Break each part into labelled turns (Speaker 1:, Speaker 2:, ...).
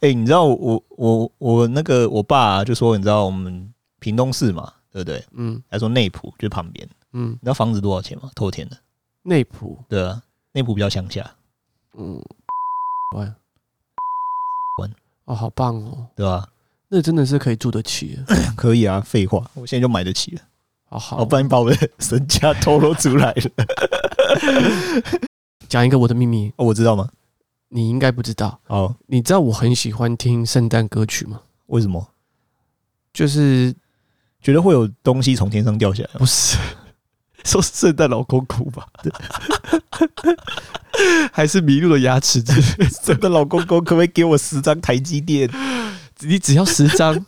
Speaker 1: 哎、你知道我我我那个我爸啊、就说，你知道我们屏东市嘛，对不对？
Speaker 2: 嗯
Speaker 1: 他说内埔就是旁边，
Speaker 2: 嗯
Speaker 1: 你，知道房子多少钱吗？透天的，
Speaker 2: 内埔，
Speaker 1: 对啊，内埔比较乡下，
Speaker 2: 嗯，玩
Speaker 1: 玩
Speaker 2: 哦，好棒哦，
Speaker 1: 对吧、
Speaker 2: 那真的是可以住得 起，
Speaker 1: 可以啊，废话，我现在就买得起了。
Speaker 2: 好
Speaker 1: 好，
Speaker 2: 好
Speaker 1: 不。然你把我 的身家透露出来了，
Speaker 2: 讲一个我的秘密，
Speaker 1: 哦我知道吗？
Speaker 2: 你应该不知道，
Speaker 1: 好，
Speaker 2: 你知道我很喜欢听圣诞歌曲吗？
Speaker 1: 为什么？
Speaker 2: 就是
Speaker 1: 觉得会有东西从天上掉下来吗？
Speaker 2: 不是 说圣诞老公公 吧？还是麋鹿的牙齿之类的？
Speaker 1: 真的老公公可不可以给我十张台积电？
Speaker 2: 你只要十 张，你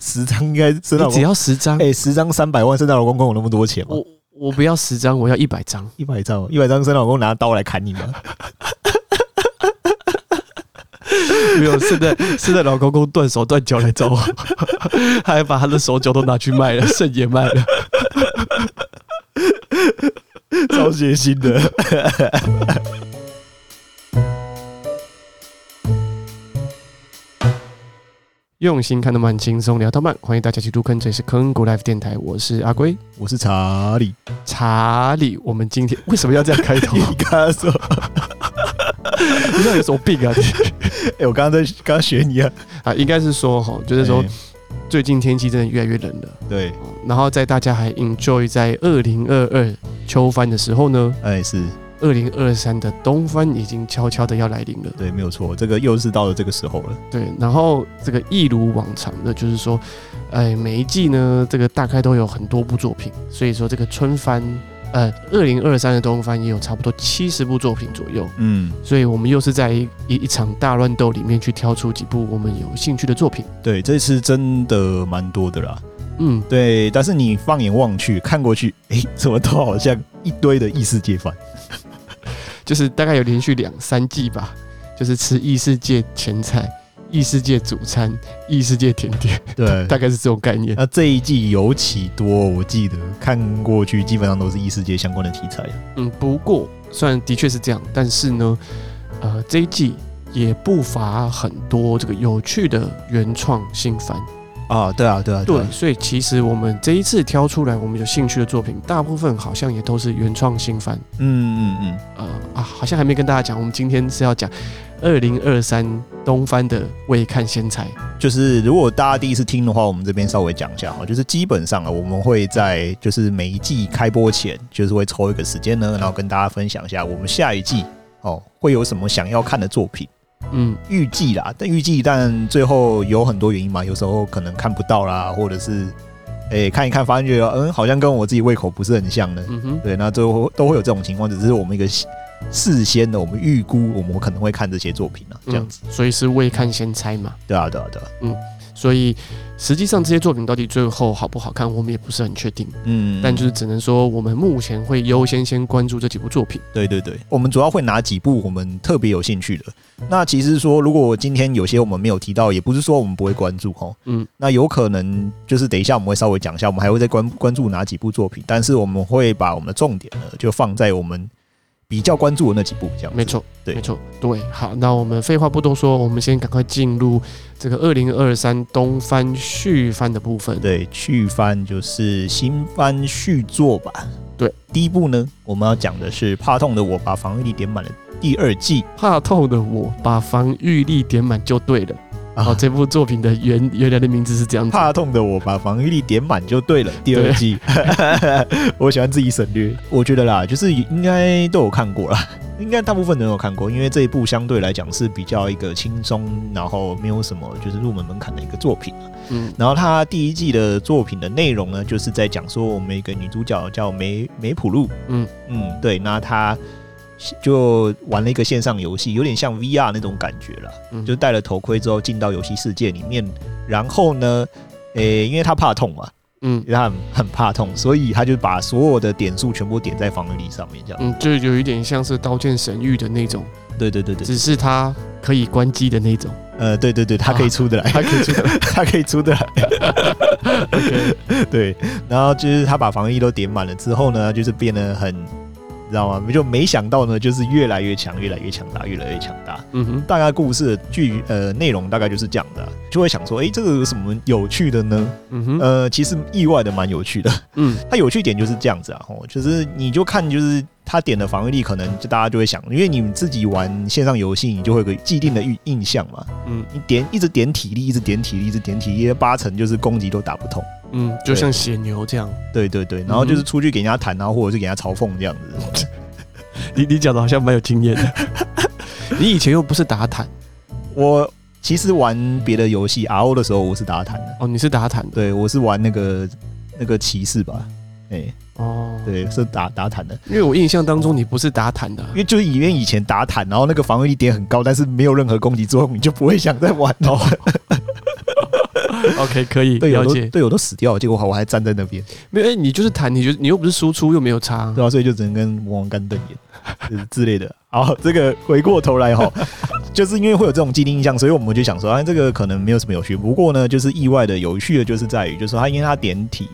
Speaker 1: 十张应该圣诞老
Speaker 2: 只
Speaker 1: 公
Speaker 2: 要十张，
Speaker 1: 哎、十张三百万，圣诞老公公有那么多钱吗？
Speaker 2: 我我不要十张，我要一百张。
Speaker 1: 一百张哦，一百张圣诞老公拿刀来砍你吗？
Speaker 2: 没有，圣诞圣诞老公公断手断脚来找我， 他还把他的手脚都拿去卖了，肾也卖了。
Speaker 1: 超血腥的。
Speaker 2: 用心看动漫，轻松聊动漫，欢迎大家去入坑，这里是坑谷 Life 电台，我是阿龟
Speaker 1: 我是查理，
Speaker 2: 查理。我们今天为什么要这样开头？
Speaker 1: 你刚刚 说，
Speaker 2: 你知道有什么病啊？你
Speaker 1: 哎、我刚刚在刚刚学你啊，
Speaker 2: 啊，应该是说哈，就是说
Speaker 1: 哎
Speaker 2: 最近天气真的越来越冷了。
Speaker 1: 对，
Speaker 2: 哦然后在大家还 enjoy 在二零二二秋番的时候呢，
Speaker 1: 哎、是
Speaker 2: 二零二三的冬番已经悄悄的要来临了。
Speaker 1: 对，没有错，这个又是到了这个时候了，
Speaker 2: 对，然后这个一如往常的，就是说，哎，每一季呢，这个大概都有很多部作品，所以说这个春番，呃，二零二三的冬番也有差不多七十部作品左右，
Speaker 1: 嗯，
Speaker 2: 所以我们又是在一一一场大乱斗里面去挑出几部我们有兴趣的作品。
Speaker 1: 对，这次真的蛮多的啦，
Speaker 2: 嗯，
Speaker 1: 对，但是你放眼望去，看过去，哎、怎么都好像一堆的异世界番，
Speaker 2: 就是大概有连续两三季吧，就是吃异世界前菜、异世界主餐、异世界甜点，
Speaker 1: 对
Speaker 2: 大概是这种概念。
Speaker 1: 那这一季尤其多，我记得看过去基本上都是异世界相关的题材。啊
Speaker 2: 嗯，不过虽然的确是这样，但是呢，呃，这一季也不乏很多这个有趣的原创新番。
Speaker 1: 啊，对啊，对啊，
Speaker 2: 对，所以其实我们这一次挑出来我们有兴趣的作品，大部分好像也都是原创新番。
Speaker 1: 嗯嗯嗯，
Speaker 2: 呃啊，好像还没跟大家讲，我们今天是要讲二零二三东番的未看先猜。
Speaker 1: 就是如果大家第一次听的话，我们这边稍微讲一下哈，就是基本上啊，我们会在就是每一季开播前，就是会抽一个时间呢，然后跟大家分享一下我们下一季哦会有什么想要看的作品。
Speaker 2: 嗯，
Speaker 1: 预计啦，但预计但最后有很多原因嘛，有时候可能看不到啦，或者是诶、看一看发现觉得嗯好像跟我自己胃口不是很像呢，
Speaker 2: 嗯哼，
Speaker 1: 对，那最后都会有这种情况，只是我们一个事事先的，我们预估我们可能会看这些作品啊，这样子，
Speaker 2: 嗯所以是未看先猜嘛。
Speaker 1: 对啊，对啊，对啊，
Speaker 2: 所以实际上这些作品到底最后好不好看，我们也不是很确定。
Speaker 1: 嗯，
Speaker 2: 但就是只能说，我们目前会优先先关注这几部作品。
Speaker 1: 对对对，我们主要会拿几部我们特别有兴趣的。那其实说，如果今天有些我们没有提到，也不是说我们不会关注哦，
Speaker 2: 嗯，
Speaker 1: 那有可能就是等一下我们会稍微讲一下，我们还会再关关注哪几部作品，但是我们会把我们的重点呢就放在我们比较关注的那几部，这样子
Speaker 2: 没。错，
Speaker 1: 对
Speaker 2: 没错，对。好，那我们废话不多说，我们先赶快进入这个二零二三东番续番的部分。
Speaker 1: 对，续番就是新番续作吧。
Speaker 2: 对，
Speaker 1: 第一部呢，我们要讲的是《怕痛的我把防御力点满了》第二季
Speaker 2: 怕痛的我把防御力点满就对了。
Speaker 1: 啊
Speaker 2: 哦，这部作品的原原来的名字是这样子。
Speaker 1: 怕痛的我把防御力点满就对了。第二季， 我喜欢自己省略。我觉得啦，就是应该都有看过啦，应该大部分人有看过，因为这一部相对来讲是比较一个轻松，然后没有什么就是入门门槛的一个作品。
Speaker 2: 嗯
Speaker 1: 然后它第一季的作品的内容呢，就是在讲说我们一个女主角叫梅梅普露，
Speaker 2: 嗯
Speaker 1: 嗯，对，那她。就玩了一个线上游戏，有点像 VR 那种感觉啦。
Speaker 2: 嗯，
Speaker 1: 就戴了头盔之后进到游戏世界里面，然后呢，诶、因为他怕痛嘛，
Speaker 2: 嗯
Speaker 1: 因为他很很怕痛，所以他就把所有的点数全部点在防御力上面，这样。
Speaker 2: 嗯，就有一点像是《刀剑神域》的那种，
Speaker 1: 对对对对，
Speaker 2: 只嗯是它可以关机的那种，
Speaker 1: 呃，对对对，他可以出得 来，
Speaker 2: 它可以出来。
Speaker 1: 他可以出得来。对，然后就是他把防御力都点满了之后呢，就是变得很你知道吗？就没想到呢，就是越来越强，越来越强大，越来越强大。
Speaker 2: 嗯哼，
Speaker 1: 大概故事的剧呃内容大概就是这样的啊、就会想说，诶，这个有什么有趣的呢？
Speaker 2: 嗯哼，
Speaker 1: 呃，其实意外的蛮有趣的。
Speaker 2: 嗯，
Speaker 1: 它有趣点就是这样子啊，哦，就是你就看就是它点的防御力，可能就大家就会想，因为你们自己玩线上游戏，你就会有个既定的印印象嘛，
Speaker 2: 嗯
Speaker 1: 你点一直点体力，一直点体力，一直点体力，八成就是攻击都打不通。
Speaker 2: 嗯，就像血牛这样，
Speaker 1: 对对对，然后就是
Speaker 2: 嗯
Speaker 1: 出去给人家谈啊，或者是给人家嘲讽这样子。
Speaker 2: 你你讲的好像蛮有经验的。 你以前又不是打坦
Speaker 1: 我其实玩别的游戏 RO 的时候，我是打坦的，
Speaker 2: 哦，你是打坦的
Speaker 1: 对我是玩那个那个骑士吧，哎、
Speaker 2: 哦，，
Speaker 1: 对，是打打坦的。
Speaker 2: 因为我印象当中你不是打坦的啊
Speaker 1: 因，为就是以为以前打坦，然后那个防御力点很高，但是没有任何攻击作用，你就不会想再玩哦。
Speaker 2: OK，可以
Speaker 1: 队友
Speaker 2: 了
Speaker 1: 都
Speaker 2: 解。
Speaker 1: 队友都死掉了，结果我还站在那边，
Speaker 2: 没有，哎、你就是谈，你就你又不是输出，又没有差
Speaker 1: 对。吧、啊所以就只能跟魔王干瞪眼就是之类的。好，这个回过头来哈，就是因为会有这种既定印象，所以我们就想说，啊，这个可能没有什么有趣。不过呢，就是意外的有趣的，就是在于，就是说他因为他点体。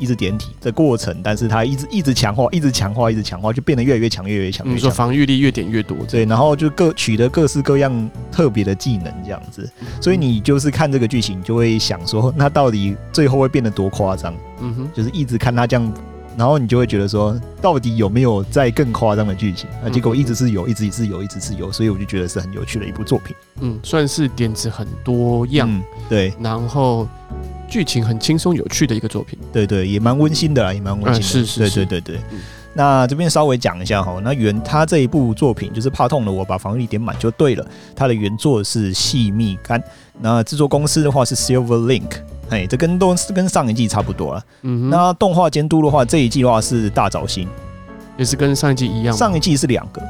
Speaker 1: 一直点体的过程，但是他一直一直强化，一直强化，一直强化，就变得越来越强，越来越强，越来
Speaker 2: 嗯你
Speaker 1: 越强
Speaker 2: 说。防御力越点越多，这
Speaker 1: 对，然后就各取得各式各样特别的技能这样子，所以你就是看这个剧情，就会想说，那到底最后会变得多夸张？
Speaker 2: 嗯哼，
Speaker 1: 就是一直看他这样，然后你就会觉得说，到底有没有再更夸张的剧情？啊，
Speaker 2: 嗯
Speaker 1: 结果一直是有，一直是有，一直是有，所以我就觉得是很有趣的一部作品。
Speaker 2: 嗯，算是点子很多样，
Speaker 1: 嗯，对
Speaker 2: 然后剧情很轻松有趣的一个作品。
Speaker 1: 对对，也蛮温馨的啦，也蛮温馨的。
Speaker 2: 嗯是是是
Speaker 1: 对对对对。
Speaker 2: 嗯
Speaker 1: 那这边稍微讲一下哈，那原他这一部作品就是怕痛了，我把防御力点满就对了。它的原作是细密干，那制作公司的话是 Silver Link。哎，这跟都跟上一季差不多了。
Speaker 2: 嗯哼，
Speaker 1: 那动画监督的话，这一季的话是大早新，
Speaker 2: 也是跟上一季一样吗。
Speaker 1: 上一季是两个，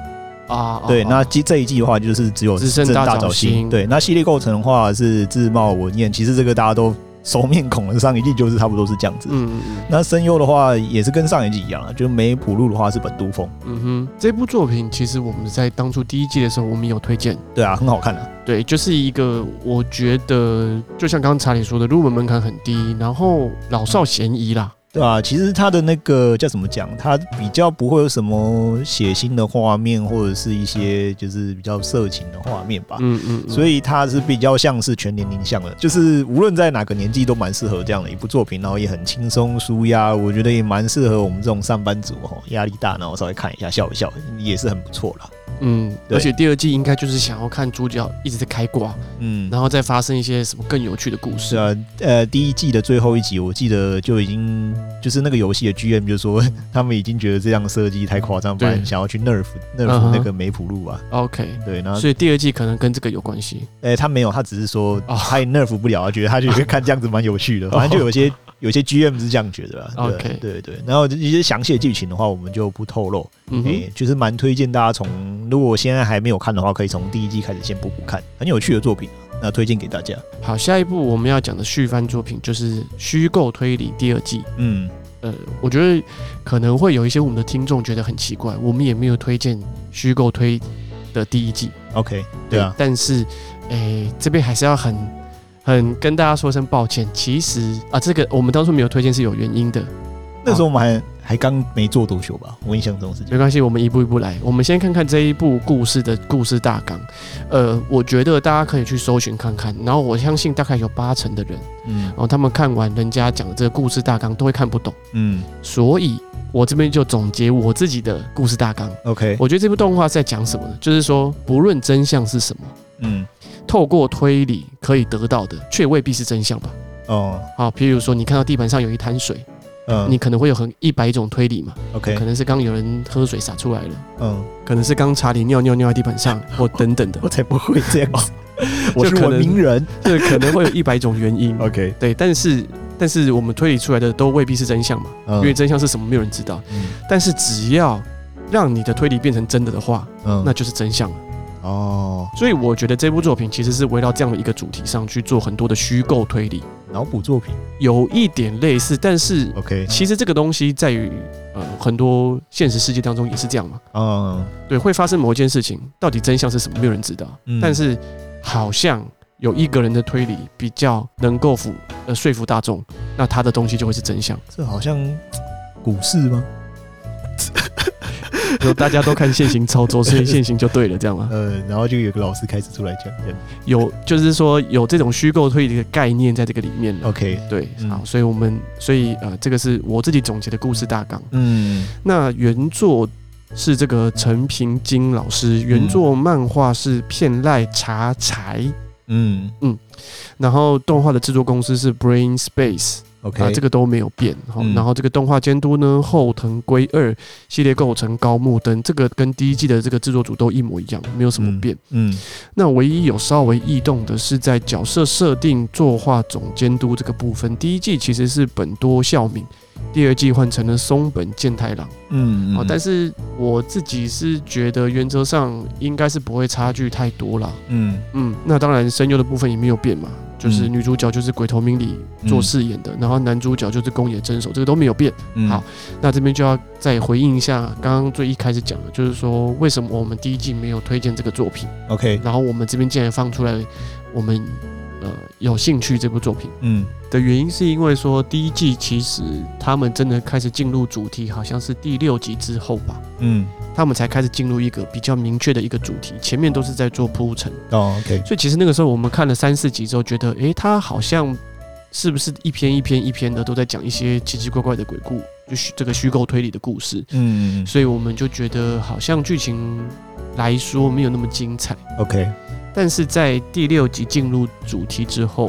Speaker 2: 啊啊，
Speaker 1: 对。
Speaker 2: 啊
Speaker 1: 那这这一季的话就是只有
Speaker 2: 只剩
Speaker 1: 只
Speaker 2: 大早
Speaker 1: 早
Speaker 2: 新
Speaker 1: 对。那系列构成的话是自贸文彦，其实这个大家都熟面孔了，上一季就是差不多是这样子。
Speaker 2: 嗯嗯
Speaker 1: 那声优的话也是跟上一季一样啊，就梅普露的话是本都风，
Speaker 2: 嗯哼，这部作品其实我们在当初第一季的时候，我们有推荐。
Speaker 1: 对啊，很好看啊。
Speaker 2: 对，就是一个我觉得，就像刚刚查理说的，入门门槛很低，然后老
Speaker 1: 嗯
Speaker 2: 少咸宜啦。
Speaker 1: 对啊，其实它的那个叫怎么讲，它比较不会有什么血腥的画面，或者是一些就是比较色情的画面吧。
Speaker 2: 嗯嗯，
Speaker 1: 所
Speaker 2: 以
Speaker 1: 以它是比较像是全年龄向的，就是无论在哪个年纪都蛮适合这样的一部作品，然后也很轻松舒压，我觉得也蛮适合我们这种上班族哦，压力大，然后稍微看一下笑一笑，也是很不错啦。
Speaker 2: 嗯，
Speaker 1: 对
Speaker 2: 而且第二季应该就是想要看主角一直在开挂，
Speaker 1: 嗯，
Speaker 2: 然后再发生一些什么更有趣的故
Speaker 1: 是
Speaker 2: 事。
Speaker 1: 啊，呃，第一季的最后一集，我记得就已经就是那个游戏的 GM 就说， 他们已经觉得这样的设计太夸张，
Speaker 2: 对
Speaker 1: 反正想要去 nerf nerf、
Speaker 2: 嗯哼
Speaker 1: 那个梅普路啊。
Speaker 2: OK，
Speaker 1: 对，然后
Speaker 2: 所以第二季可能跟这个有关系。
Speaker 1: 呃、他没有，他只是说
Speaker 2: 哦
Speaker 1: 他也 nerf 不了，他觉得他就觉得看这样子蛮有趣 的。反正就有些有些 GM 是这样觉得啦。对
Speaker 2: 哦
Speaker 1: 啊
Speaker 2: OK
Speaker 1: 对对，然后一些详细的剧情的话，我们就不透露。
Speaker 2: 嗯
Speaker 1: 诶、
Speaker 2: 哼，
Speaker 1: 就是蛮推荐大家从，如果现在还没有看的话，可以从第一季开始先补补看，很有趣的作品，那推荐给大家。
Speaker 2: 好，下一部我们要讲的续番作品就是《虚构推理》第二季。
Speaker 1: 嗯，
Speaker 2: 呃，我觉得可能会有一些我们的听众觉得很奇怪，我们也没有推荐《虚构推》的第一季。
Speaker 1: OK，对啊，
Speaker 2: 但是，诶、这边还是要很很跟大家说声抱歉。其实啊，这个我们当初没有推荐是有原因的，
Speaker 1: 那时候我们还还刚没做多久吧，我印象中是这样。
Speaker 2: 没关系，我们一步一步来。我们先看看这一部故事的故事大纲。呃，我觉得大家可以去搜寻看看，然后我相信大概有八成的人，哦
Speaker 1: 嗯
Speaker 2: 然后他们看完人家讲的这个故事大纲都会看不懂，
Speaker 1: 嗯
Speaker 2: 所以我这边就总结我自己的故事大纲。
Speaker 1: ，OK，
Speaker 2: 我觉得这部动画是在讲什么呢？就是说，不论真相是什么，
Speaker 1: 嗯
Speaker 2: 透过推理可以得到的，却未必是真相吧。
Speaker 1: 哦
Speaker 2: 好，啊譬如说你看到地板上有一滩水，
Speaker 1: 嗯，
Speaker 2: 你可能会有很一百种推理嘛，
Speaker 1: OK，
Speaker 2: 可能是刚有人喝水洒出来了，
Speaker 1: 嗯，
Speaker 2: 可能是刚查理尿尿尿在地板 上，或等等的
Speaker 1: 我，才不会这样子，我
Speaker 2: 就是可能
Speaker 1: 文明人。
Speaker 2: 这可能会有一百种原 因。
Speaker 1: OK，
Speaker 2: 对，但是但是我们推理出来的都未必是真相嘛，
Speaker 1: 因
Speaker 2: 因为真相是什么没有人知道。
Speaker 1: 嗯
Speaker 2: 但是只要让你的推理变成真的的话，
Speaker 1: 嗯
Speaker 2: 那就是真相了。
Speaker 1: 哦，
Speaker 2: 所以我觉得这部作品其实是围绕这样的一个主题上去做很多的虚构推理，
Speaker 1: 脑补作品
Speaker 2: 有一点类似，但是
Speaker 1: OK，
Speaker 2: 其实这个东西在于呃很多现实世界当中也是这样嘛，
Speaker 1: 嗯
Speaker 2: 对，会发生某一件事情，到底真相是什么，没有人知道，
Speaker 1: 嗯
Speaker 2: 但是好像有一个人的推理比较能够服呃说服大众，那 他的东西就会是真相。
Speaker 1: 这好像股市吗？
Speaker 2: 说大家都看现行操作，所以现行就对了，这样吗？
Speaker 1: 呃，然后就有个老师开始出来讲这样
Speaker 2: 有，就是说有这种虚构推理的概念在这个里面了。
Speaker 1: ，OK，
Speaker 2: 对，
Speaker 1: 嗯
Speaker 2: 好，所以我们，所以呃，这个是我自己总结的故事大纲。
Speaker 1: 嗯，
Speaker 2: 那原作是这个陈平金老师，原作漫画是片濑茶柴，
Speaker 1: 嗯
Speaker 2: 然后动画的制作公司是 Brain Space
Speaker 1: ，OK，、
Speaker 2: 啊，这个都没有变。好、
Speaker 1: 嗯
Speaker 2: 然后这个动画监督呢，后藤圭二系列构成高木灯，这个跟第一季的这个制作组都一模一样，没有什么变。
Speaker 1: 嗯，
Speaker 2: 那唯一有稍微异动的是在角色设定、作画总监督这个部分，第一季其实是本多孝敏，第二季换成了松本健太郎。
Speaker 1: 嗯嗯，
Speaker 2: 哦，但
Speaker 1: 是，
Speaker 2: 是我自己是觉得原则上应该是不会差距太多啦。
Speaker 1: 嗯
Speaker 2: 嗯，那当然声优的部分也没有变嘛，就是
Speaker 1: 嗯
Speaker 2: 女主角就是鬼头明里做饰演的，然后男主角就是宫野真守，这个都没有变。
Speaker 1: 嗯，
Speaker 2: 好，那这边就要再回应一下刚刚最一开始讲的，就是说为什么我们第一季没有推荐这个作品，
Speaker 1: ，OK，
Speaker 2: 然后我们这边竟然放出来我们呃有兴趣这部作品。
Speaker 1: 嗯
Speaker 2: 的原因是因为说第一季其实他们真的开始进入主题，好像是第六集之后吧，
Speaker 1: 嗯，
Speaker 2: 他们才开始进入一个比较明确的一个主题，前面都是在做铺陈。
Speaker 1: 哦，OK，
Speaker 2: 所以其实那个时候我们看了三四集之后，觉得诶，他好像是不是一篇一篇一篇的都在讲一些奇奇怪怪的鬼故，就虚这个虚构推理的故事，
Speaker 1: 嗯嗯
Speaker 2: 所以我们就觉得好像剧情来说没有那么精彩。
Speaker 1: ，OK，
Speaker 2: 但是在第六集进入主题之后，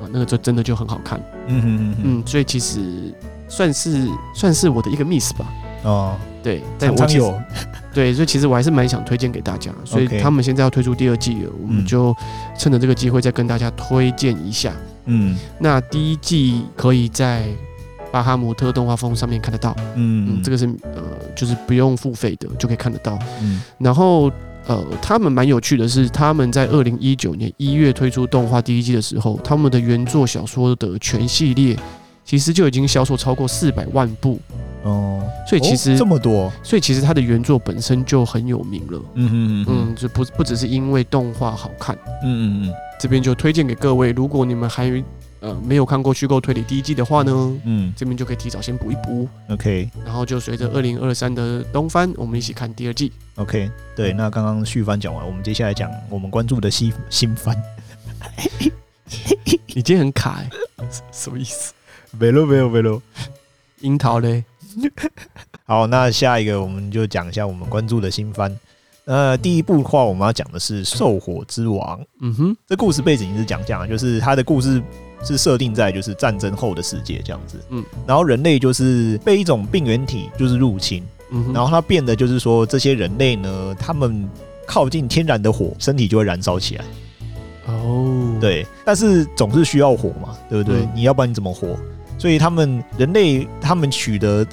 Speaker 2: 啊，那个就真的就很好看。
Speaker 1: 嗯嗯嗯
Speaker 2: 嗯，所以其实算是算是我的一个 miss 吧。
Speaker 1: 嗯，哦，
Speaker 2: 对，但
Speaker 1: 常
Speaker 2: 哎我
Speaker 1: 常
Speaker 2: 其实
Speaker 1: 有，
Speaker 2: 对，所以其实我还是蛮想推荐给大家。所以
Speaker 1: OK
Speaker 2: 他们现在要推出第二季了，我们就趁着这个机会再跟大家推荐一下。
Speaker 1: 嗯
Speaker 2: 那第一季可以在巴哈姆特动画风上面看得到，
Speaker 1: 嗯
Speaker 2: 嗯，这
Speaker 1: 个，
Speaker 2: 个是呃，就是不用付费的就可以看得到。
Speaker 1: 嗯
Speaker 2: 然后呃，他们蛮有趣的是，他们在二零一九年一月推出动画第一季的时候，他们的原作小说的全系列其实就已经销售超过四百万部，
Speaker 1: 哦，
Speaker 2: 所以其实、
Speaker 1: 哦这么多，
Speaker 2: 所以其实它的原作本身就很有名了。
Speaker 1: 嗯嗯嗯
Speaker 2: 嗯，就不不只是因为动画好看，
Speaker 1: 嗯嗯
Speaker 2: 这边就推荐给各位，如果你们还呃没有看过虚构推理第一季的话呢，
Speaker 1: 嗯
Speaker 2: 这边就可以提早先补一补，
Speaker 1: 嗯，OK。
Speaker 2: 然后就随着二零二三的东翻，我们一起看第二季。
Speaker 1: OK，对，那刚刚续番讲完，我们接下来讲我们关注的新新番。
Speaker 2: 你今天很卡、欸，什么意思？
Speaker 1: 没了，没有，没了。
Speaker 2: 樱桃嘞？
Speaker 1: 好，那下一个我们就讲一下我们关注的新番。呃，第一部的话，我们要讲的是《兽火之王》。
Speaker 2: 嗯哼，
Speaker 1: 这故事背景是讲这样，啊就是它的故事是设定在就是战争后的世界这样子。
Speaker 2: 嗯，
Speaker 1: 然后人类就是被一种病原体就是入侵，
Speaker 2: 嗯哼，
Speaker 1: 然后它变得就是说这些人类呢，他们靠近天然的火，身体就会燃烧起来。
Speaker 2: 哦，，
Speaker 1: 对，但是总是需要火嘛，对不对？
Speaker 2: 嗯
Speaker 1: 你要不然你怎么活？所以他们人类他们取得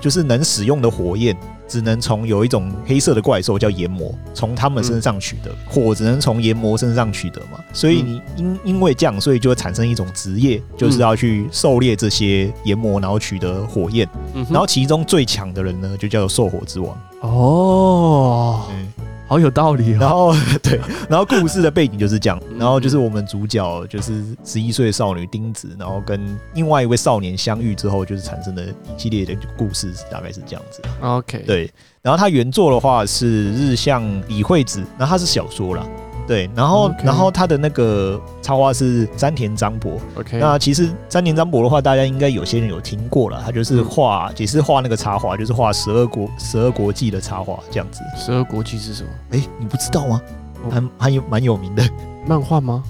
Speaker 1: 就是能使用的火焰，只能从有一种黑色的怪兽叫炎魔，从他们身
Speaker 2: 嗯
Speaker 1: 上取得、火，只能从炎魔身上取得嘛。所
Speaker 2: 嗯
Speaker 1: 以你因因为这样，所以就会产生一种职业，就是要去狩猎这些炎魔，然后取得火焰。
Speaker 2: 嗯哼
Speaker 1: 然后其中最强的人呢，就叫做兽火之王。
Speaker 2: 哦，
Speaker 1: 嗯。
Speaker 2: 好有道理
Speaker 1: 然
Speaker 2: 哦。
Speaker 1: 后对，然后故事的背景就是这样，
Speaker 2: 嗯
Speaker 1: 然后就是我们主角就是十一岁少女丁子，然后跟另外一位少年相遇之后，就是产生的一系列的故事，大概是这样子。
Speaker 2: 哦 OK，，
Speaker 1: 对，然后它原作的话是日向理惠子，然后它是小说啦。对，然后
Speaker 2: OK
Speaker 1: 然后它的那个插画是山田章博。
Speaker 2: OK，
Speaker 1: 那其实山田章博的话，大家应该有些人有听过了，他就是
Speaker 2: 嗯
Speaker 1: 画，也是画那个插画，就是画十二国十二国际的插画这样子。
Speaker 2: 十二国际是什么？
Speaker 1: 哎，你不知道吗？
Speaker 2: 哦
Speaker 1: 还还有蛮有名的，
Speaker 2: 漫画吗？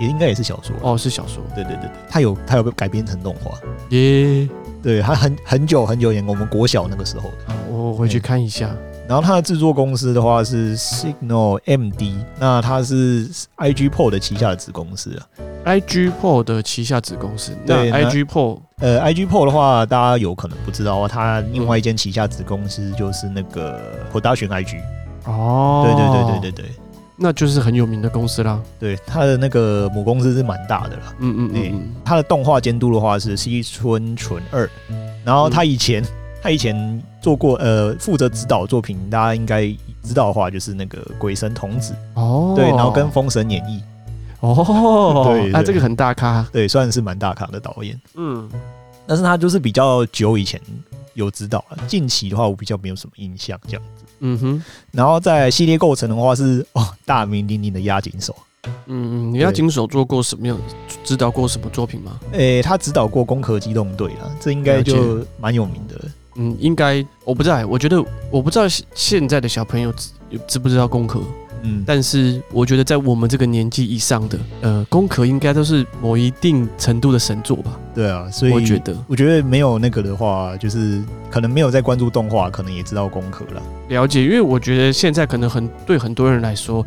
Speaker 1: 也应该也是小说。
Speaker 2: 哦，是小说。
Speaker 1: 对对对对，它有它有被改编成动画，
Speaker 2: 耶、
Speaker 1: 对，它很很久很久以前，我们国小那个时候的。
Speaker 2: 好我回去看一下。
Speaker 1: 然后它的制作公司的话是 Signal MD，那它是 IG Pro 的旗下的子公司啊。
Speaker 2: IG Pro 的旗下子公司，那
Speaker 1: 对那
Speaker 2: IG Pro
Speaker 1: 呃，IG Pro 的话，大家有可能不知道，它另外一间旗下子公司就是那个 Production IG，、
Speaker 2: 哦，
Speaker 1: 对对对对对对。
Speaker 2: 那就是很有名的公司啦。
Speaker 1: 对，它的那个母公司是蛮大的啦。
Speaker 2: 嗯嗯
Speaker 1: 对
Speaker 2: 嗯嗯，
Speaker 1: 它的动画监督的话是西村纯二，然后他以前、他以前做过呃负责指导作品，大家应该知道的话就是那个《鬼神童子》
Speaker 2: 哦，
Speaker 1: 对，然后跟《封神演义
Speaker 2: 哦，
Speaker 1: 对
Speaker 2: 啊，
Speaker 1: 对
Speaker 2: 这个很大咖，》
Speaker 1: 对算是蛮大咖的导演，
Speaker 2: 嗯
Speaker 1: 但是他就是比较久以前有指导了。近期的话，我比较没有什么印象这样。
Speaker 2: 嗯哼，
Speaker 1: 然后在系列构成的话是哦，大名鼎鼎的押井守，
Speaker 2: 嗯，你要
Speaker 1: 对
Speaker 2: 井手做过什么样，指导过什么作品吗？
Speaker 1: 诶、他指导过《攻壳机动队》啦，这应该就蛮有名的了。
Speaker 2: 嗯，应该我不知道，我觉得我不知道现现在的小朋友知知不知道功课，
Speaker 1: 嗯，
Speaker 2: 但是我觉得在我们这个年纪以上的，呃，功课应该都是某一定程度的神作吧，
Speaker 1: 对啊，所以
Speaker 2: 我觉得
Speaker 1: 我觉得没有那个的话，就是可能没有在关注动画，可能也知道攻壳了。
Speaker 2: 了解，因为我觉得现在可能很对很多人来说，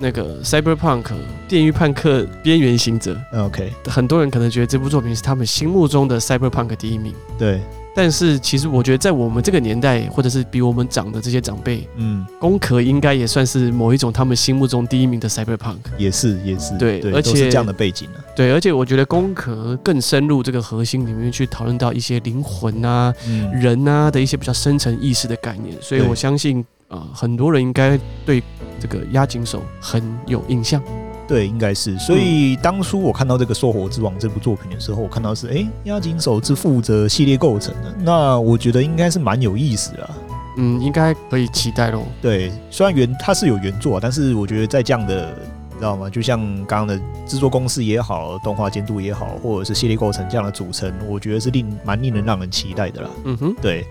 Speaker 2: 那个 cyberpunk 电狱判客边缘行者，
Speaker 1: 嗯 OK，
Speaker 2: 很多人可能觉得这部作品是他们心目中的 cyberpunk 第一名，
Speaker 1: 对，
Speaker 2: 但是其实我觉得在我们这个年代，或者是比我们长的这些长辈，
Speaker 1: 嗯，
Speaker 2: 工壳应该也算是某一种他们心目中第一名的 cyberpunk。
Speaker 1: 也是也是，
Speaker 2: 对
Speaker 1: 对，
Speaker 2: 而
Speaker 1: 都
Speaker 2: 且
Speaker 1: 是这样的背景啊。
Speaker 2: 对，而且我觉得工壳更深入这个核心里面去讨论到一些灵魂啊、
Speaker 1: 嗯，
Speaker 2: 人啊的一些比较深层意识的概念，所以
Speaker 1: 对
Speaker 2: 我相信啊、呃很多人应该对这个押井守很有印象。
Speaker 1: 对，应该是。所以当初我看到这个《兽火之王》这部作品的时候，我看到是诶，押井守是负责系列构成的，那我觉得应该是蛮有意思的啊。
Speaker 2: 嗯，应该可以期待咯。
Speaker 1: 对，虽然原它是有原作啊，但是我觉得在这样的，你知道吗？就像刚刚的制作公司也好，动画监督也好，或者是系列构成这样的组成，我觉得是令蛮令人让人期待的啦。
Speaker 2: 嗯哼，
Speaker 1: 对，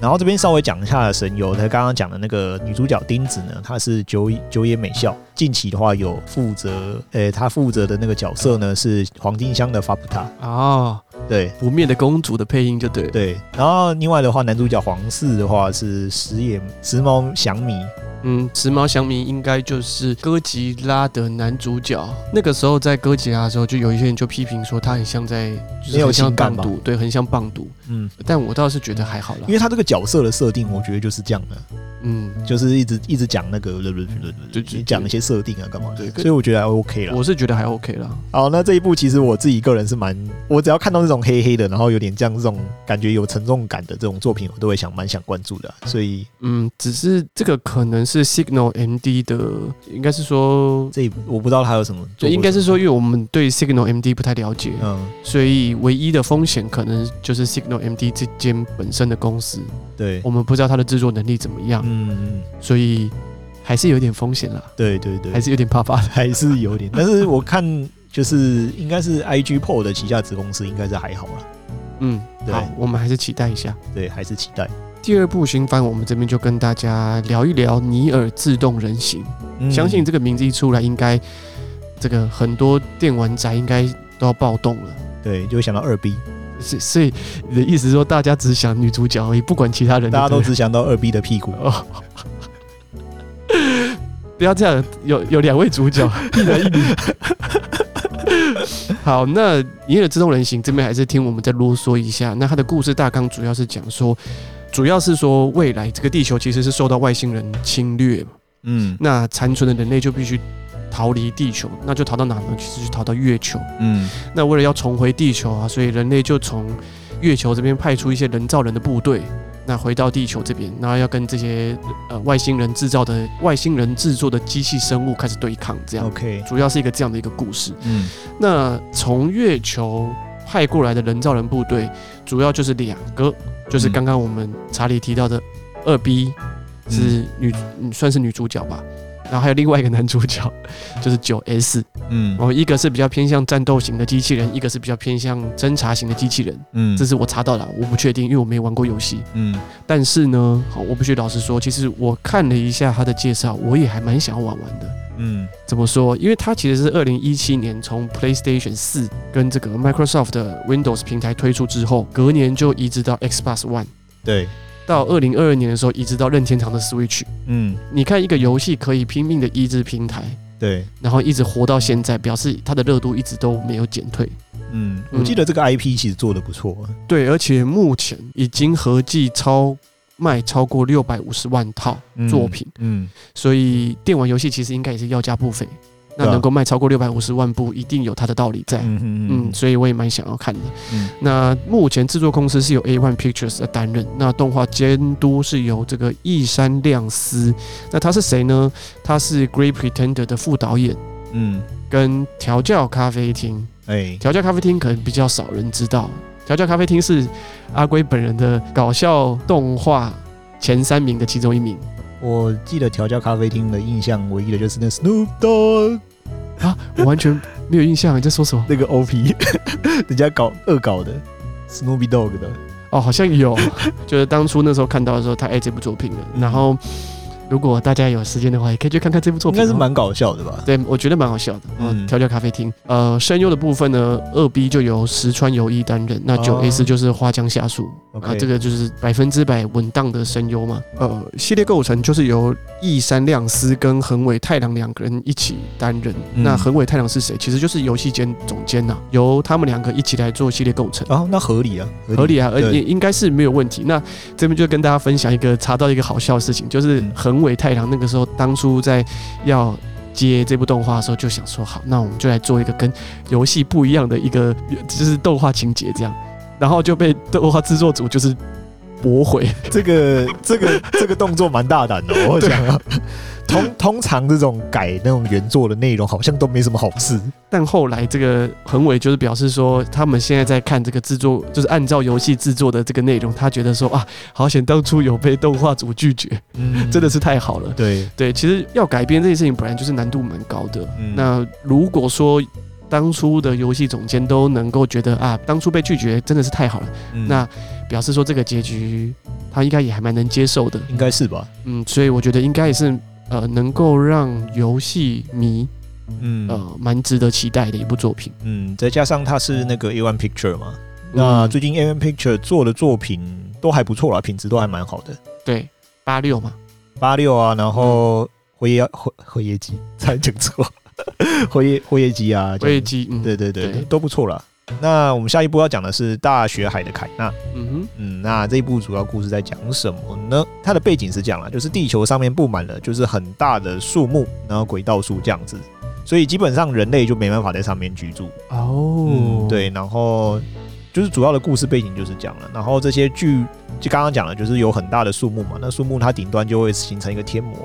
Speaker 1: 然后这边稍微讲一下神游，他刚刚讲的那个女主角丁子呢，她是久久野美孝，近期的话有负责，呃，她负责的那个角色呢是黄金香的法布塔，
Speaker 2: 啊，
Speaker 1: 对。
Speaker 2: 不灭的公主的配音就对了。
Speaker 1: 哦对，然后另外的话，男主角黄四的话是石野石猫祥米，
Speaker 2: 嗯，时髦祥明应该就是哥吉拉的男主角。那个时候在哥吉拉的时候，就有一些人就批评说他很像在，就是
Speaker 1: 没有
Speaker 2: 很像
Speaker 1: 情感
Speaker 2: 棒
Speaker 1: 吧
Speaker 2: 读，对，很像棒读。
Speaker 1: 嗯，
Speaker 2: 但我倒是觉得还好啦
Speaker 1: 因。为他这个角色的设定，我觉得就是这样的，
Speaker 2: 嗯，
Speaker 1: 就是一直一直讲那个，
Speaker 2: 对对
Speaker 1: 你讲一些设定啊，干嘛的
Speaker 2: 对，
Speaker 1: 所以我觉得还 OK 了。
Speaker 2: 我是觉得还 OK 啦。
Speaker 1: 好，那这一部其实我自己个人是蛮，我只要看到这种黑黑的，然后有点像这种感觉有沉重感的这种作品，我都会想蛮想关注的啊、所以
Speaker 2: 嗯，只是这个可能是 Signal MD 的，应该是说，
Speaker 1: 这一部我不知道他有什么做过什
Speaker 2: 对，
Speaker 1: 么，
Speaker 2: 应该是说，因为我们对 Signal MD 不太了解，
Speaker 1: 嗯，
Speaker 2: 所以唯一的风险可能就是 Signal MD 这间本身的公司，
Speaker 1: 对，
Speaker 2: 我们不知道它的制作能力怎么样，
Speaker 1: 嗯，嗯
Speaker 2: 所以还是有点风险啦，
Speaker 1: 对对对，嗯
Speaker 2: 还是有点怕怕的。
Speaker 1: 还是有点，但是我看就是应该是 IG PO 的旗下子公司应该是还好啦，
Speaker 2: 嗯，
Speaker 1: 对
Speaker 2: 好，我们还是期待一下。
Speaker 1: 对，还是期待，
Speaker 2: 第二部新番，我们这边就跟大家聊一聊《尼尔：自动人形》。
Speaker 1: 嗯
Speaker 2: 相信这个名字一出来，应该这个很多电玩宅应该都要暴动了。
Speaker 1: 对，就会想到二 B，
Speaker 2: 所以所以你的意思是说，大家只想女主角而已，不管其他人就对
Speaker 1: 大家
Speaker 2: 了，
Speaker 1: 都只想到二 B 的屁股。
Speaker 2: 哦。不要这样，有有两位主 角，一男一女。好，那《尼尔：自动人形》这边还是听我们再啰嗦一下。那它的故事大纲主要是讲说，主要是说未来这个地球其实是受到外星人侵略，
Speaker 1: 嗯
Speaker 2: 那残存的人类就必须逃离地球，那就逃到哪呢？其实就逃到月球。
Speaker 1: 嗯
Speaker 2: 那为了要重回地球啊，所以人类就从月球这边派出一些人造人的部队，那回到地球这边，然后要跟这些呃外星人制造的外星人制作的机器生物开始对抗，这样
Speaker 1: ，OK，
Speaker 2: 主要是一个这样的一个故事。
Speaker 1: 嗯
Speaker 2: 那从月球派过来的人造人部队，主要就是两个，就是
Speaker 1: 嗯
Speaker 2: 刚刚我们查理提到的二 B 是女，嗯算是女主角吧。然后还有另外一个男主角，就是九 S，
Speaker 1: 嗯
Speaker 2: 然后哦一个是比较偏向战斗型的机器人，一个是比较偏向侦查型的机器人。
Speaker 1: 嗯
Speaker 2: 这是我查到了，我不确定，因为我没玩过游戏。
Speaker 1: 嗯
Speaker 2: 但是呢，好，我必须老实说，其实我看了一下他的介绍，我也还蛮想要玩玩的。
Speaker 1: 嗯
Speaker 2: 怎么说？因为它其实是二零一七年从 PlayStation 四跟这个 Microsoft 的 Windows 平台推出之后，隔年就移植到 Xbox One，
Speaker 1: 对，
Speaker 2: 到二零二二年的时候移植到任天堂的 Switch。
Speaker 1: 嗯
Speaker 2: 你看，一个游戏可以拼命的移植平台，
Speaker 1: 对，
Speaker 2: 然后一直活到现在，表示它的热度一直都没有减退。
Speaker 1: 嗯，我记得这个 IP 其实做的不错，啊
Speaker 2: 对，而且目前已经合计超卖超过六百五十万套，
Speaker 1: 嗯
Speaker 2: 作品，
Speaker 1: 嗯
Speaker 2: 所以电玩游戏其实应该也是要价不菲。那
Speaker 1: 对啊
Speaker 2: 能够卖超过六百五十万部，一定有它的道理在。
Speaker 1: 嗯嗯
Speaker 2: 嗯，所以我也蛮想要看的。
Speaker 1: 嗯
Speaker 2: 那目前制作公司是由 A One Pictures 在担任，那动画监督是由这个易山亮司。那他是谁呢？他是《Great Pretender》的副导演，
Speaker 1: 嗯，
Speaker 2: 跟《调教咖啡厅》。
Speaker 1: 哎
Speaker 2: 《调教咖啡厅》可能比较少人知道，《调调教咖啡厅是阿龟本人的搞笑动画前三名的其中一名
Speaker 1: 我记得调教咖啡厅的印象，唯一的就是那 Snoop Dogg
Speaker 2: 啊，我完全没有印象，你在说什么？
Speaker 1: 那个 OP，人 家搞恶搞的 Snoopy Dog 的，
Speaker 2: 哦，好像有，就是当初那时候看到的时候，他爱这部作品了。
Speaker 1: 嗯
Speaker 2: 然后，如果大家有时间的话，也可以去看看这部作
Speaker 1: 应
Speaker 2: 品、
Speaker 1: 该是
Speaker 2: 哦
Speaker 1: 蛮搞笑的吧？
Speaker 2: 对，我觉得蛮好笑的。
Speaker 1: 嗯
Speaker 2: 嗯，调教咖啡厅，呃，声优的部分呢，二 B 就由石川由一担任，那九 A
Speaker 1: 哦
Speaker 2: 四就是花江夏树，
Speaker 1: OK
Speaker 2: 啊，这个就是百分之百稳当的声优嘛。呃，系列构成就是由义山亮司跟横尾太郎两个人一起担任。
Speaker 1: 嗯
Speaker 2: 那横尾太郎是谁？其实就是游戏间总监呐、由他们两个一起来做系列构成。
Speaker 1: 哦，那合理啊，
Speaker 2: 合理啊，而
Speaker 1: 对
Speaker 2: 也应该是没有问题。那这边就跟大家分享一个查到一个好笑的事情，就是
Speaker 1: 嗯
Speaker 2: 横尾太郎那个时候当初在要接这部动画的时候，就想说好，那我们就来做一个跟游戏不一样的一个就是动画情节这样，然后就被动画制作组就是 驳回。
Speaker 1: 这个这个这个动作蛮大胆的，我想啊。通通常这种改那种原作的内容，好像都没什么好事。
Speaker 2: 但后来这个横尾就是表示说，他们现在在看这个制作，就是按照游戏制作的这个内容，他觉得说啊，好险当初有被动画组拒绝，
Speaker 1: 嗯
Speaker 2: 真的是太好了。
Speaker 1: 对，
Speaker 2: 对，其实要改编这件事情本来就是难度蛮高的。
Speaker 1: 嗯
Speaker 2: 那如果说当初的游戏总监都能够觉得啊，当初被拒绝真的是太好了，
Speaker 1: 嗯
Speaker 2: 那表示说这个结局他应该也还蛮能接受的。
Speaker 1: 应该是吧？
Speaker 2: 嗯，所以我觉得应该也是呃能够让游戏迷
Speaker 1: 嗯、
Speaker 2: 呃蛮值得期待的一部作品。
Speaker 1: 嗯，再加上它是那个 A One Picture 嘛，那
Speaker 2: 嗯
Speaker 1: 最近 A One Picture 做的作品都还不错啦，品质都还蛮好的。
Speaker 2: 对八六嘛，
Speaker 1: 八六啊，然后辉夜辉辉夜姬， 差点讲错，辉夜辉夜姬啊，这
Speaker 2: 我
Speaker 1: 样
Speaker 2: 也
Speaker 1: 子
Speaker 2: 记嗯
Speaker 1: 对对对，
Speaker 2: 对
Speaker 1: 都不错啦。那我们下一步要讲的是《大学海的凯纳》。
Speaker 2: 嗯哼
Speaker 1: 嗯，那这一部主要故事在讲什么呢？它的背景是这样啦，就是地球上面布满了就是很大的树木，然后轨道树这样子，所以基本上人类就没办法在上面居住。
Speaker 2: 哦
Speaker 1: 嗯，对，然后就是主要的故事背景就是讲了，然后这些巨就刚刚讲了，就是有很大的树木嘛，那树木它顶端就会形成一个天魔，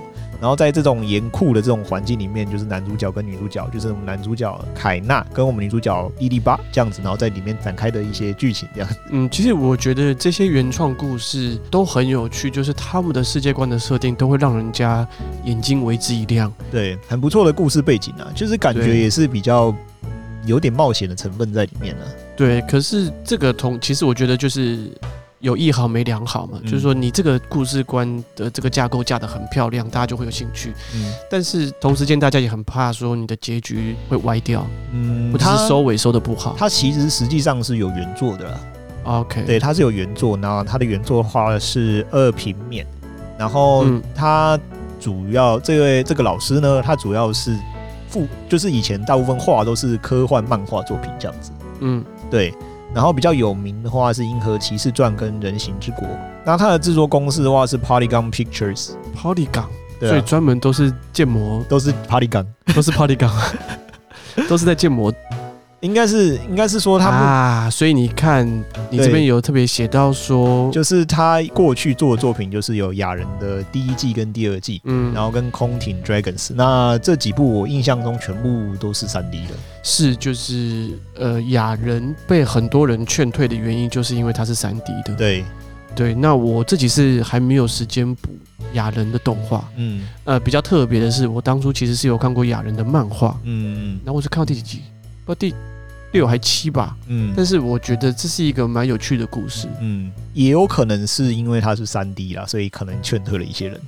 Speaker 1: 然后在这种严酷的这种环境里面，就是男主角跟女主角，就是我们男主角凯纳跟我们女主角伊丽莎这样子，然后在里面展开的一些剧情这样。
Speaker 2: 嗯，其实我觉得这些原创故事都很有趣，就是他们的世界观的设定都会让人家眼睛为之一亮。
Speaker 1: 对， 很不错的故事背景啊，就是感觉
Speaker 2: 对
Speaker 1: 也是比较有点冒险的成分在里面了、
Speaker 2: 对，可是这个同其实我觉得就是有一好没两好嘛，
Speaker 1: 嗯
Speaker 2: 就是说你这个故事观的这个架构架得很漂亮，大家就会有兴趣。
Speaker 1: 嗯
Speaker 2: 但是同时间，大家也很怕说你的结局会歪掉，
Speaker 1: 嗯
Speaker 2: 或者是收尾收的不好。
Speaker 1: 它其实实际上是有原作的啦，
Speaker 2: OK，
Speaker 1: 对，它是有原作，那它的原作画的是二平面，然后
Speaker 2: 嗯
Speaker 1: 它主要这位这个老师呢，他主要是负，就是以前大部分画都是科幻漫画作品这样子，
Speaker 2: 嗯，
Speaker 1: 对。然后比较有名的话是《银河骑士传》跟《人形之国》，那它的制作公司的话是 Polygon Pictures，
Speaker 2: Polygon，、
Speaker 1: 对、
Speaker 2: 所以
Speaker 1: 啊，
Speaker 2: 专门都是建模，
Speaker 1: 都是 Polygon。
Speaker 2: 都是 Polygon，都是在建模
Speaker 1: 应该是应该是说他们、
Speaker 2: 啊，所以你看，你
Speaker 1: 对
Speaker 2: 这边有特别写到说，
Speaker 1: 就是他过去做的作品，就是有雅人的第一季跟第二季，
Speaker 2: 嗯，
Speaker 1: 然后跟空挺 Dragons，那这几部我印象中全部都是三 D 的。
Speaker 2: 是就是呃，雅人被很多人劝退的原因，就是因为它是三 D 的。
Speaker 1: 对，
Speaker 2: 对，那我自己是还没有时间补雅人的动画。
Speaker 1: 嗯
Speaker 2: 呃，比较特别的是，我当初其实是有看过雅人的漫画，
Speaker 1: 嗯
Speaker 2: 然后我是看到第几集，不知道第六还七吧。
Speaker 1: 嗯
Speaker 2: 但是我觉得这是一个蛮有趣的故事。
Speaker 1: 嗯，也有可能是因为它是三 D 啦，所以可能劝退了一些人，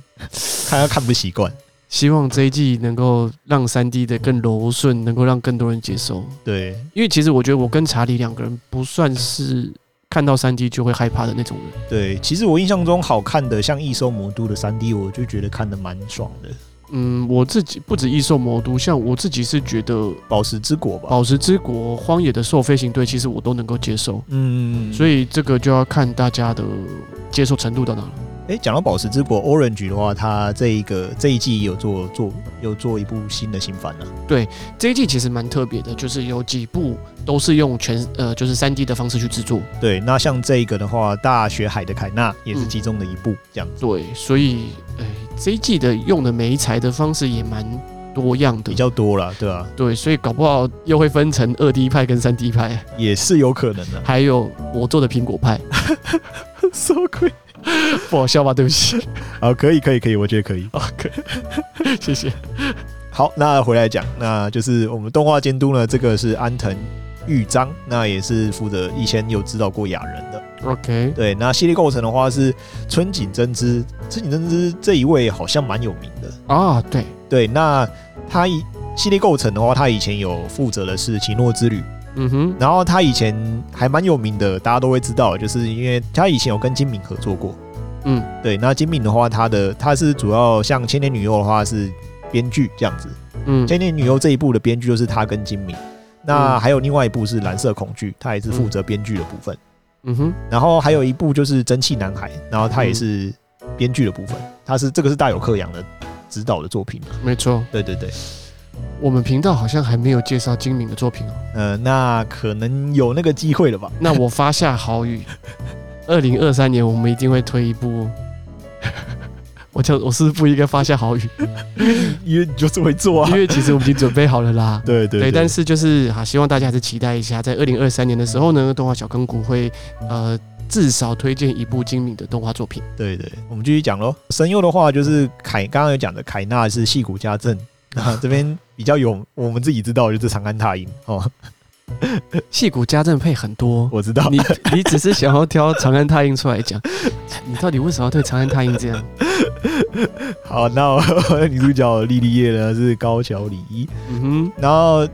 Speaker 1: 看他看不习惯。
Speaker 2: 希望这一季能够让三 D 的更柔顺，能够让更多人接受。
Speaker 1: 对，
Speaker 2: 因为其实我觉得我跟查理两个人不算是看到三 D 就会害怕的那种人。
Speaker 1: 对，其实我印象中好看的像《异兽魔都》的三 D，我就觉得看的蛮爽的，《
Speaker 2: 嗯，我自己不止异兽魔都，像我自己是觉得《
Speaker 1: 宝石之国》吧。
Speaker 2: 宝石之国》《荒野的兽飞行队》，其实我都能够接受。
Speaker 1: 嗯，
Speaker 2: 所以这个就要看大家的接受程度到哪了。
Speaker 1: 哎，讲到宝石之国 Orange 的话，它这一个这一季有做做有做一部新的新番了、啊。
Speaker 2: 这一季其实蛮特别的，就是有几部都是用全呃就是三 D 的方式去制作。
Speaker 1: 对，那像这一个的话，大学海的凯纳也是其中的一部，这样子。
Speaker 2: 哎对，所以呃这一季的用的媒材的方式也蛮多样的
Speaker 1: 比，较多了，对吧、啊？
Speaker 2: 对，所以搞不好又会分成二 D 派跟三 D 派，
Speaker 1: 也是有可能 的、
Speaker 2: 还有我做的苹果 派，
Speaker 1: 什么鬼？
Speaker 2: 不好笑吧？对不起，
Speaker 1: 好，啊可以，可以，可以，我觉得可以。
Speaker 2: 好，可以 谢谢。
Speaker 1: 好，那回来讲，那就是我们动画监督呢，这个是安藤玉章，那也是负责以前有指导过雅人的。
Speaker 2: OK，
Speaker 1: 对，那系列构成的话是春井真之，春井真之这一位好像蛮有名的。
Speaker 2: 啊，对，
Speaker 1: 对，那他以系列构成的话，他以前有负责的是《奇诺之旅》，
Speaker 2: 嗯哼，
Speaker 1: 然后他以前还蛮有名的，大家都会知道，就是因为他以前有跟金敏合作过。
Speaker 2: 嗯，
Speaker 1: 对，那金敏的话，他的他是主要像《千年女优》的话是编剧这样子，
Speaker 2: 嗯
Speaker 1: 《千年女优》这一部的编剧就是他跟金敏。那还有另外一部是《蓝色恐惧》，他也是负责编剧的部分。
Speaker 2: 嗯哼，
Speaker 1: 然后还有一部就是《蒸汽男孩》，然后他也是编剧的部分，他是这个是大有克洋的指导的作品。
Speaker 2: 没错，
Speaker 1: 对对对，
Speaker 2: 我们频道好像还没有介绍精明的作品哦。
Speaker 1: 呃，那可能有那个机会了吧？
Speaker 2: 那我发下豪语，二零二三年我们一定会推一部。 我就我是不是不应该发下豪语，
Speaker 1: 因为你就是会做啊
Speaker 2: 因。为其实我们已经准备好了啦。
Speaker 1: 对对
Speaker 2: 对，但
Speaker 1: 是
Speaker 2: 是就是啊，希望大家还是期待一下，在二零二三年的时候呢，动画小坑谷会呃至少推荐一部精明的动画作品。
Speaker 1: 对对，我们继续讲喽。声优的话就是凯，刚刚有讲的凯纳是戏骨家政， 那这边比较有我们自己知道的就是长安踏音哦，
Speaker 2: 戏骨家政配很多，
Speaker 1: 我知道。
Speaker 2: 你你只是想要挑长安太印出来讲，你到底为什么要对长安太印这样？
Speaker 1: 好，那 我女主角莉莉叶呢是高桥李依，
Speaker 2: 嗯
Speaker 1: 然后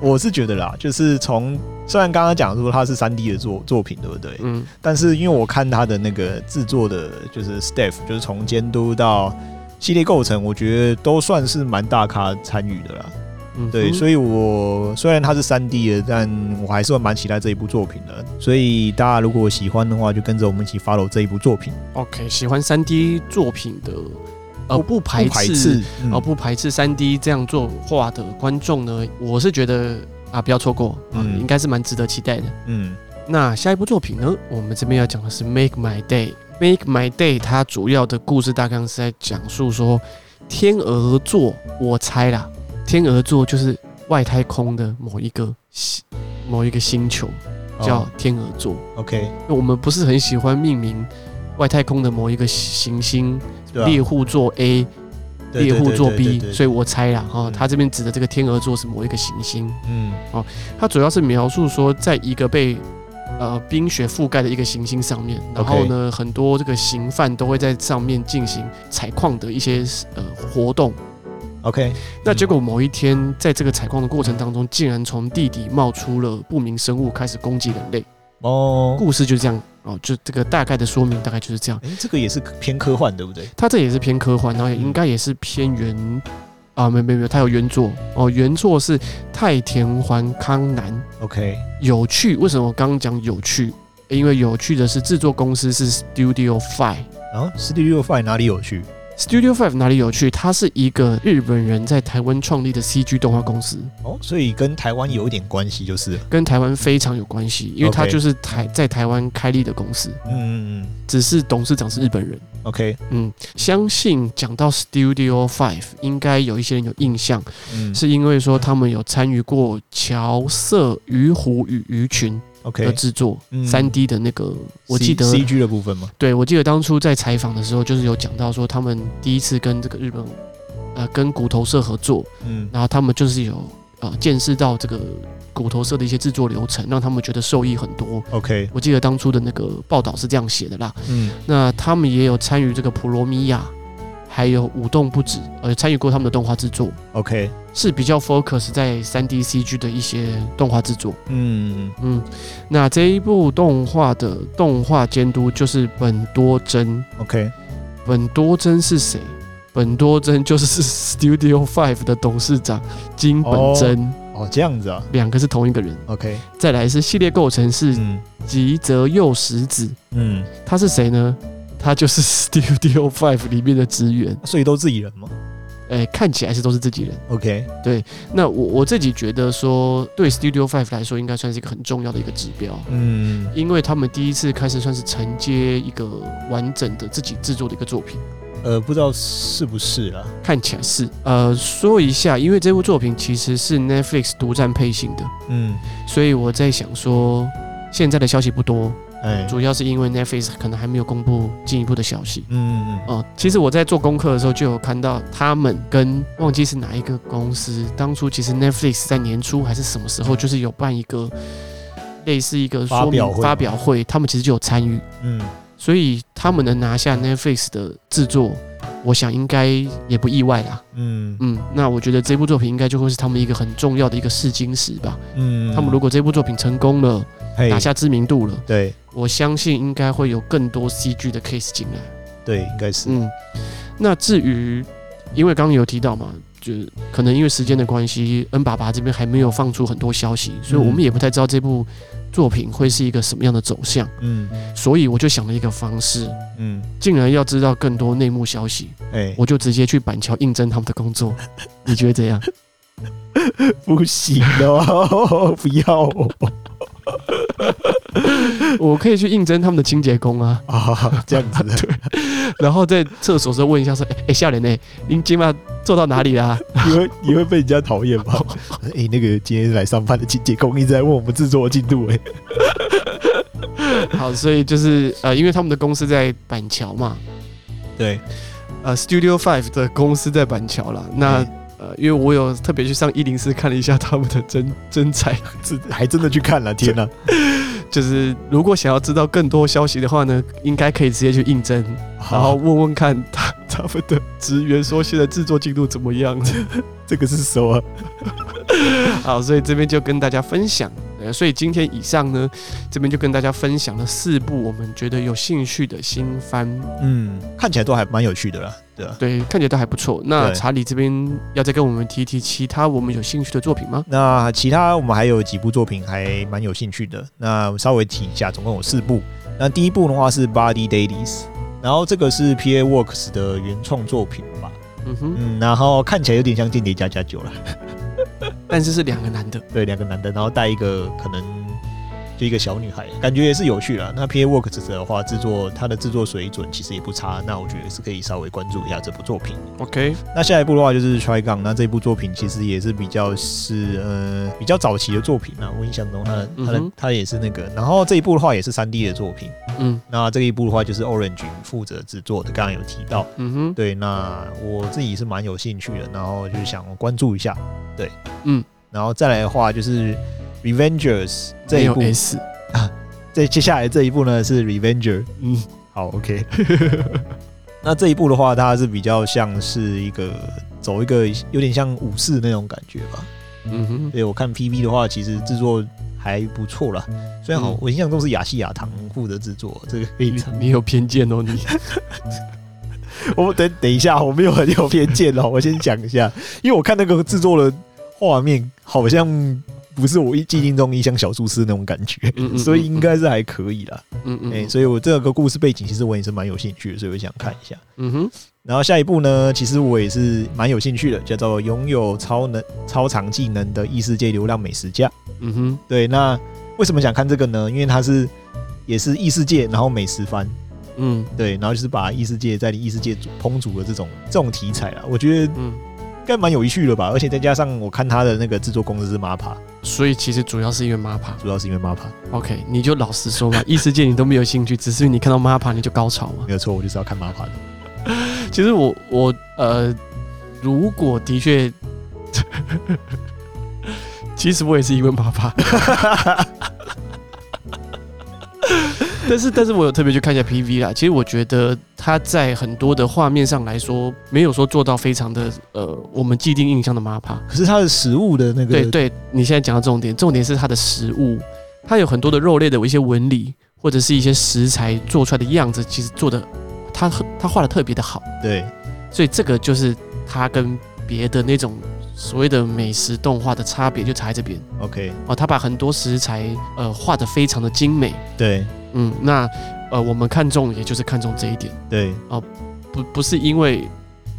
Speaker 1: 我是觉得啦，就是从虽然刚刚讲说它是三 D 的作作品，对不对
Speaker 2: 哼，？嗯
Speaker 1: 但是因为我看它的那个制作的，就是 staff，就是从监督到系列构成，我觉得都算是蛮大咖参与的啦。
Speaker 2: 嗯，
Speaker 1: 对，所以我虽然它是三 D 的，但我还是蛮期待这一部作品的。所以大家如果喜欢的话，就跟着我们一起 follow 这一部作品，
Speaker 2: OK，喜欢三 D 作品的，呃，
Speaker 1: 不
Speaker 2: 不排
Speaker 1: 不
Speaker 2: 斥，
Speaker 1: 排斥，嗯
Speaker 2: 呃，不排斥三 D 这样做画的观众呢，我是觉得啊，不要错过，嗯，
Speaker 1: 嗯
Speaker 2: 应该是蛮值得期待的。
Speaker 1: 嗯，
Speaker 2: 那下一部作品呢，我们这边要讲的是《Make My Day》。《Make My Day》它主要的故事大纲是在讲述说，天鹅座，我猜啦，天鹅座就是外太空的某一个星，某一个星球叫
Speaker 1: 哦
Speaker 2: 天鹅座。
Speaker 1: OK，
Speaker 2: 我们不是很喜欢命名外太空的某一个行星，
Speaker 1: 对啊
Speaker 2: 猎户座 A，
Speaker 1: 对
Speaker 2: 猎户座 B，所
Speaker 1: 以
Speaker 2: 以我猜啦，哈，
Speaker 1: 嗯
Speaker 2: 它这边指的这个天鹅座是某一个行星。
Speaker 1: 嗯
Speaker 2: 它主要是描述说，在一个被呃冰雪覆盖的一个行星上面，然后呢很多这个刑犯都会在上面进行采矿的一些呃活动。
Speaker 1: OK，
Speaker 2: 那结果某一天，在这个采矿的过程当中，竟然从地底冒出了不明生物，开始攻击人类。
Speaker 1: 哦，
Speaker 2: 故事就这样哦，就这个大概的说明大概就是这样。
Speaker 1: 哎、这个也是偏科幻，对不对？
Speaker 2: 它这也是偏科幻，然后也应该也是偏原啊，没没没有，它有原作哦，原作是太田环康南。
Speaker 1: OK，
Speaker 2: 有趣，为什么我刚刚讲有趣？因为有趣的是制作公司是 Studio Five。
Speaker 1: 然后 Studio Five 哪里有趣
Speaker 2: Studio Five 哪里有趣？它是一个日本人在台湾创立的 CG 动画公司，
Speaker 1: 哦，所以跟台湾有一点关系就是了，
Speaker 2: 跟台湾非常有关系，因为它
Speaker 1: OK
Speaker 2: 就是台在台湾开立的公司，
Speaker 1: 嗯嗯嗯
Speaker 2: 只是董事长是日本人。
Speaker 1: ，OK，
Speaker 2: 嗯，相信讲到 Studio Five，应该有一些人有印象，
Speaker 1: 嗯
Speaker 2: 是因为说他们有参与过《乔瑟鱼湖与鱼群》的
Speaker 1: OK，
Speaker 2: 制作，
Speaker 1: 嗯
Speaker 2: 三 D 的那个，我
Speaker 1: C-
Speaker 2: 记得
Speaker 1: CG 的部分吗？
Speaker 2: 对，我记得当初在采访的时候，就是有讲到说，他们第一次跟这个日本，呃，跟骨头社合作，
Speaker 1: 嗯
Speaker 2: 然后他们就是有呃见识到这个骨头社的一些制作流程，让他们觉得受益很多。
Speaker 1: ，OK，
Speaker 2: 我记得当初的那个报道是这样写的啦。
Speaker 1: 嗯
Speaker 2: 那他们也有参与这个普罗米亚，还有舞动不止，呃，参与过他们的动画制作，
Speaker 1: ，OK，
Speaker 2: 是比较 focus 在 3D CG 的一些动画制作。
Speaker 1: 嗯
Speaker 2: 嗯，那这一部动画的动画监督就是本多真。
Speaker 1: ，OK，
Speaker 2: 本多真是谁？本多真就是 Studio Five 的董事长金本真，
Speaker 1: 哦，这样子啊
Speaker 2: 两、个是同一个人。
Speaker 1: ，OK，
Speaker 2: 再来是系列构成是
Speaker 1: 嗯
Speaker 2: 吉泽佑实子，
Speaker 1: 嗯，
Speaker 2: 他是谁呢？他就是 Studio Five 里面的职员，
Speaker 1: 所以都自己人嘛
Speaker 2: 哎、看起来是都是自己人。
Speaker 1: ，OK，
Speaker 2: 那我我自己觉得说，对 Studio Five 来说，应该算是一个很重要的一个指标，
Speaker 1: 嗯
Speaker 2: 因为他们第一次开始算是承接一个完整的自己制作的一个作品。
Speaker 1: 呃，不知道是不是啊啦。
Speaker 2: 看起来是。呃，说一下，因为这部作品其实是 Netflix 独占配信的，
Speaker 1: 嗯，
Speaker 2: 所以我在想说，现在的消息不多，
Speaker 1: 哎，
Speaker 2: 主要是因为 Netflix 可能还没有公布进一步的消息。
Speaker 1: 嗯嗯
Speaker 2: 哦、其实我在做功课的时候就有看到他们跟忘记是哪一个公司，当初其实 Netflix 在年初还是什么时候，就是有办一个类似一个说
Speaker 1: 发表
Speaker 2: 明
Speaker 1: 会
Speaker 2: 发表会，他们其实就有参与，
Speaker 1: 嗯嗯，
Speaker 2: 所以他们能拿下 Netflix 的制作，我想应该也不意外啦。
Speaker 1: 嗯
Speaker 2: 嗯，那我觉得这部作品应该就会是他们一个很重要的一个试金石吧。
Speaker 1: 嗯，哎
Speaker 2: 他们如果这部作品成功了，
Speaker 1: 嘿
Speaker 2: 打下知名度了，
Speaker 1: 对
Speaker 2: 我相信应该会有更多 CG 的 case 进来。
Speaker 1: 对，应该是
Speaker 2: 嗯，那至于，因为刚刚有提到嘛，就可能因为时间的关系，N 爸爸这边还没有放出很多消息，所以
Speaker 1: 嗯
Speaker 2: 我们也不太知道这部作品会是一个什么样的走向。
Speaker 1: 嗯
Speaker 2: 所以我就想了一个方式，
Speaker 1: 嗯，
Speaker 2: 竟然要知道更多内幕消息，
Speaker 1: 哎，
Speaker 2: 我就直接去板桥应征他们的工作。你觉得怎样？
Speaker 1: 不行
Speaker 2: 啊
Speaker 1: 哦， 不要哦
Speaker 2: 我可以去应征他们的清洁工啊，
Speaker 1: 啊，这样子的，
Speaker 2: 然后在厕所的时候问一下说：“哎、哎，笑脸呢？您今晚做到哪里啊 啦、
Speaker 1: 你会你会被人家讨厌吗？哎，那个今天来上班的清洁工一直在问我们制作进度，哎，
Speaker 2: 好，所以就是呃，因为他们的公司在板桥嘛，
Speaker 1: 对，
Speaker 2: 呃，Studio Five 的公司在板桥啦。那、呃，因为我有特别去上一零四看了一下他们的真 真材，
Speaker 1: 这还真的去看了，天哪！
Speaker 2: 就是如果想要知道更多消息的话呢，应该可以直接去应征，然后
Speaker 1: 好，
Speaker 2: 问问看他 他们的职员说现在制作进度怎么样。
Speaker 1: 这个是什么？
Speaker 2: 好，所以这边就跟大家分享。呃，所以今天以上呢，这边就跟大家分享了四部我们觉得有兴趣的新番，
Speaker 1: 嗯，看起来都还蛮有趣的啦，对啊。
Speaker 2: 对，看起来都还不错。那
Speaker 1: 对
Speaker 2: 查理这边要再跟我们提提其他我们有兴趣的作品吗？
Speaker 1: 那其他我们还有几部作品还蛮有兴趣的，那我稍微提一下，总共有四部。那第一部的话是《Body Dailies》，然后这个是 PA Works 的原创作品吧，
Speaker 2: 嗯哼，
Speaker 1: 嗯，然后看起来有点像《间谍加加九》了，
Speaker 2: 但是是两个男的，
Speaker 1: 对，两个男的，然后带一个可能就一个小女孩，感觉也是有趣啦。那 PA Works 的话，制作它的制作水准其实也不差，那我觉得是可以稍微关注一下这部作品。
Speaker 2: OK，
Speaker 1: 那下一部的话就是《Try Gun》，那这部作品其实也是比较是呃比较早期的作品啊，我印象中它的它的
Speaker 2: 嗯哼
Speaker 1: 它也是那个，然后这一部的话也是三 D 的作品，
Speaker 2: 嗯
Speaker 1: 那这一部的话就是 Orange 负责制作的，刚刚有提到，
Speaker 2: 嗯
Speaker 1: 对，那我自己是蛮有兴趣的，然后就是想关注一下，对，
Speaker 2: 嗯，
Speaker 1: 然后再来的话就是《Revengers》
Speaker 2: 哼，
Speaker 1: 这
Speaker 2: 没
Speaker 1: 一
Speaker 2: 有
Speaker 1: 部，
Speaker 2: S，
Speaker 1: 这接下来这一部呢是《Revenger》，
Speaker 2: 嗯，
Speaker 1: 好，OK。那这一部的话，它是比较像是一个走一个有点像武士那种感觉吧。
Speaker 2: 嗯哼，
Speaker 1: 对我看 PV 的话，其实制作还不错啦。虽然好
Speaker 2: 嗯，
Speaker 1: 我印象中是亚细亚堂负责制作，这个可以
Speaker 2: 你。你有偏见哦，你
Speaker 1: 我等等一下，我没有很有偏见哦，我先讲一下，因为我看那个制作的画面好像不是我记忆中一像小术师那种感觉，
Speaker 2: 嗯嗯
Speaker 1: 所以应该是还可以啦。
Speaker 2: 嗯嗯
Speaker 1: 哎、
Speaker 2: 嗯
Speaker 1: 所以我这个故事背景其实我也是蛮有兴趣的，所以我想看一下。
Speaker 2: 嗯哼，
Speaker 1: 然后下一步呢，其实我也是蛮有兴趣的，叫做拥有超能超常技能的异世界流浪美食家。
Speaker 2: 嗯哼，
Speaker 1: 对，那为什么想看这个呢？因为它是也是异世界，然后美食番，
Speaker 2: 嗯
Speaker 1: 对，然后就是把异世界在异世界烹煮的这种这种题材啊，我觉得
Speaker 2: 嗯，
Speaker 1: 应该蛮有趣的吧。而且再加上我看它的那个制作公司是 MAPA，
Speaker 2: 所以其实主要是因为 MAPA。
Speaker 1: 主要是因为 MAPA，
Speaker 2: OK，你就老 实说嘛，异世界你都没有兴趣，只是你看到 MAPA 你就高潮嘛。
Speaker 1: 没有错，我就是要看 MAPA 的。
Speaker 2: 其实我我呃，如果的确， 其实我也是因为妈妈。 但是，但是我有特别去看一下 PV 啦。其实我觉得它在很多的画面上来说，没有说做到非常的呃，我们既定印象的 MAPA。
Speaker 1: 可是它的食物的那个，
Speaker 2: 对对，你现在讲到重点，重点是它的食物，它有很多的肉类的一些纹理，或者是一些食材做出来的样子，其实做的它它画的特别的好。
Speaker 1: 对
Speaker 2: 所以这个就是它跟别的那种所谓的美食动画的差别，就差在这边
Speaker 1: OK，
Speaker 2: 哦。它把很多食材呃画的非常的精美，
Speaker 1: 对
Speaker 2: 嗯，那呃我们看中也就是看中这一点，
Speaker 1: 对，
Speaker 2: 不不是因为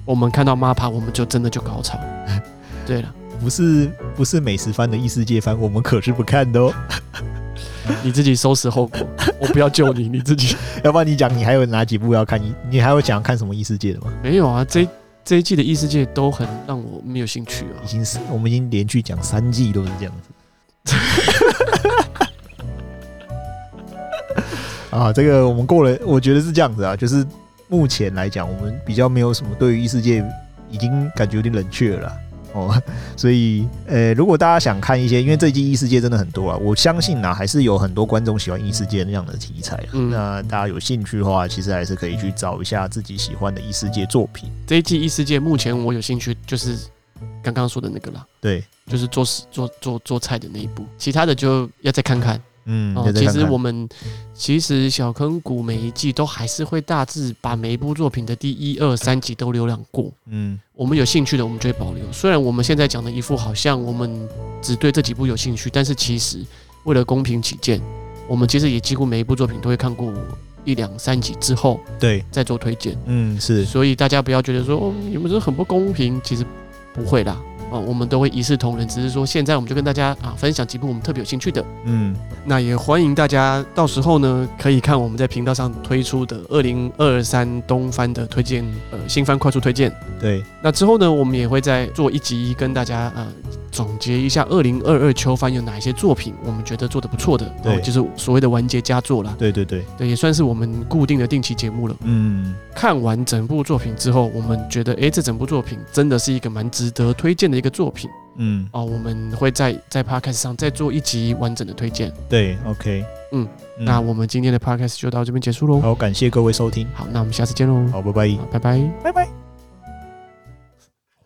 Speaker 2: 我们看到 MAPA 我们就真的就高潮。 对了，
Speaker 1: 不是不是美食番的异世界番，我们可是不看的哦。
Speaker 2: 你自己收拾后果。 我不要救你，你自己
Speaker 1: 要不然你讲你还有哪几部要看？你你还有想看什么异世界的吗？
Speaker 2: 没有啊。这一这一季的异世界都很让我没有兴趣啊
Speaker 1: 已。经是我们已经连续讲三季都是这样子。 啊，这个我们过了，我觉得是这样子啊，就是目前来讲，我们比较没有什么对于异世界已经感觉有点冷却了啦哦， 所以呃，如果大家想看一些，因为这一季异世界真的很多啊，我相信啊，还是有很多观众喜欢异世界那样的题材啊。
Speaker 2: 嗯
Speaker 1: 那大家有兴趣的话，其实还是可以去找一下自己喜欢的异世界作品。
Speaker 2: 这一季异世界目前我有兴趣就是刚刚说的那个啦，
Speaker 1: 对，
Speaker 2: 就是做食做做做菜的那一部，其他的就要再看看。
Speaker 1: 嗯，
Speaker 2: 哦
Speaker 1: 就，再
Speaker 2: 其
Speaker 1: 看
Speaker 2: 实
Speaker 1: 看
Speaker 2: 我们其实小坑谷每一季都还是会大致把每一部作品的第一二三集都浏览过。
Speaker 1: 嗯
Speaker 2: 我们有兴趣的，我们就会保留。虽然我们现在讲的一副好像我们只对这几部有兴趣，但是其实为了公平起见，我们其实也几乎每一部作品都会看过一两三集之后
Speaker 1: 对，
Speaker 2: 再做推荐。
Speaker 1: 嗯是。
Speaker 2: 所以大家不要觉得说哦，你们这很不公平，其实不会啦。啊，我们都会一视同仁，只是说现在我们就跟大家啊分享几部我们特别有兴趣的。
Speaker 1: 嗯，
Speaker 2: 那也欢迎大家到时候呢，可以看我们在频道上推出的二零二三东番的推荐，呃，新番快速推荐。
Speaker 1: 对，
Speaker 2: 那之后呢，我们也会再做一集跟大家呃总结一下二零二二秋番有哪一些作品，我们觉得做的不错的，
Speaker 1: 对
Speaker 2: 哦就是所谓的完结佳作啦。
Speaker 1: 对对对，
Speaker 2: 对，也算是我们固定的定期节目了。
Speaker 1: 嗯，
Speaker 2: 看完整部作品之后，我们觉得，诶，这整部作品真的是一个蛮值得推荐的一个作品
Speaker 1: 嗯，
Speaker 2: 哦。我们会在在 podcast 上再做一集完整的推荐。
Speaker 1: 对，OK，
Speaker 2: 嗯，那我们今天的 podcast 就到这边结束喽。
Speaker 1: 好，感谢各位收听，
Speaker 2: 好，那我们下次见喽。
Speaker 1: 好，拜拜。
Speaker 2: 好，拜拜，
Speaker 1: 拜拜。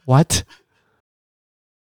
Speaker 2: What？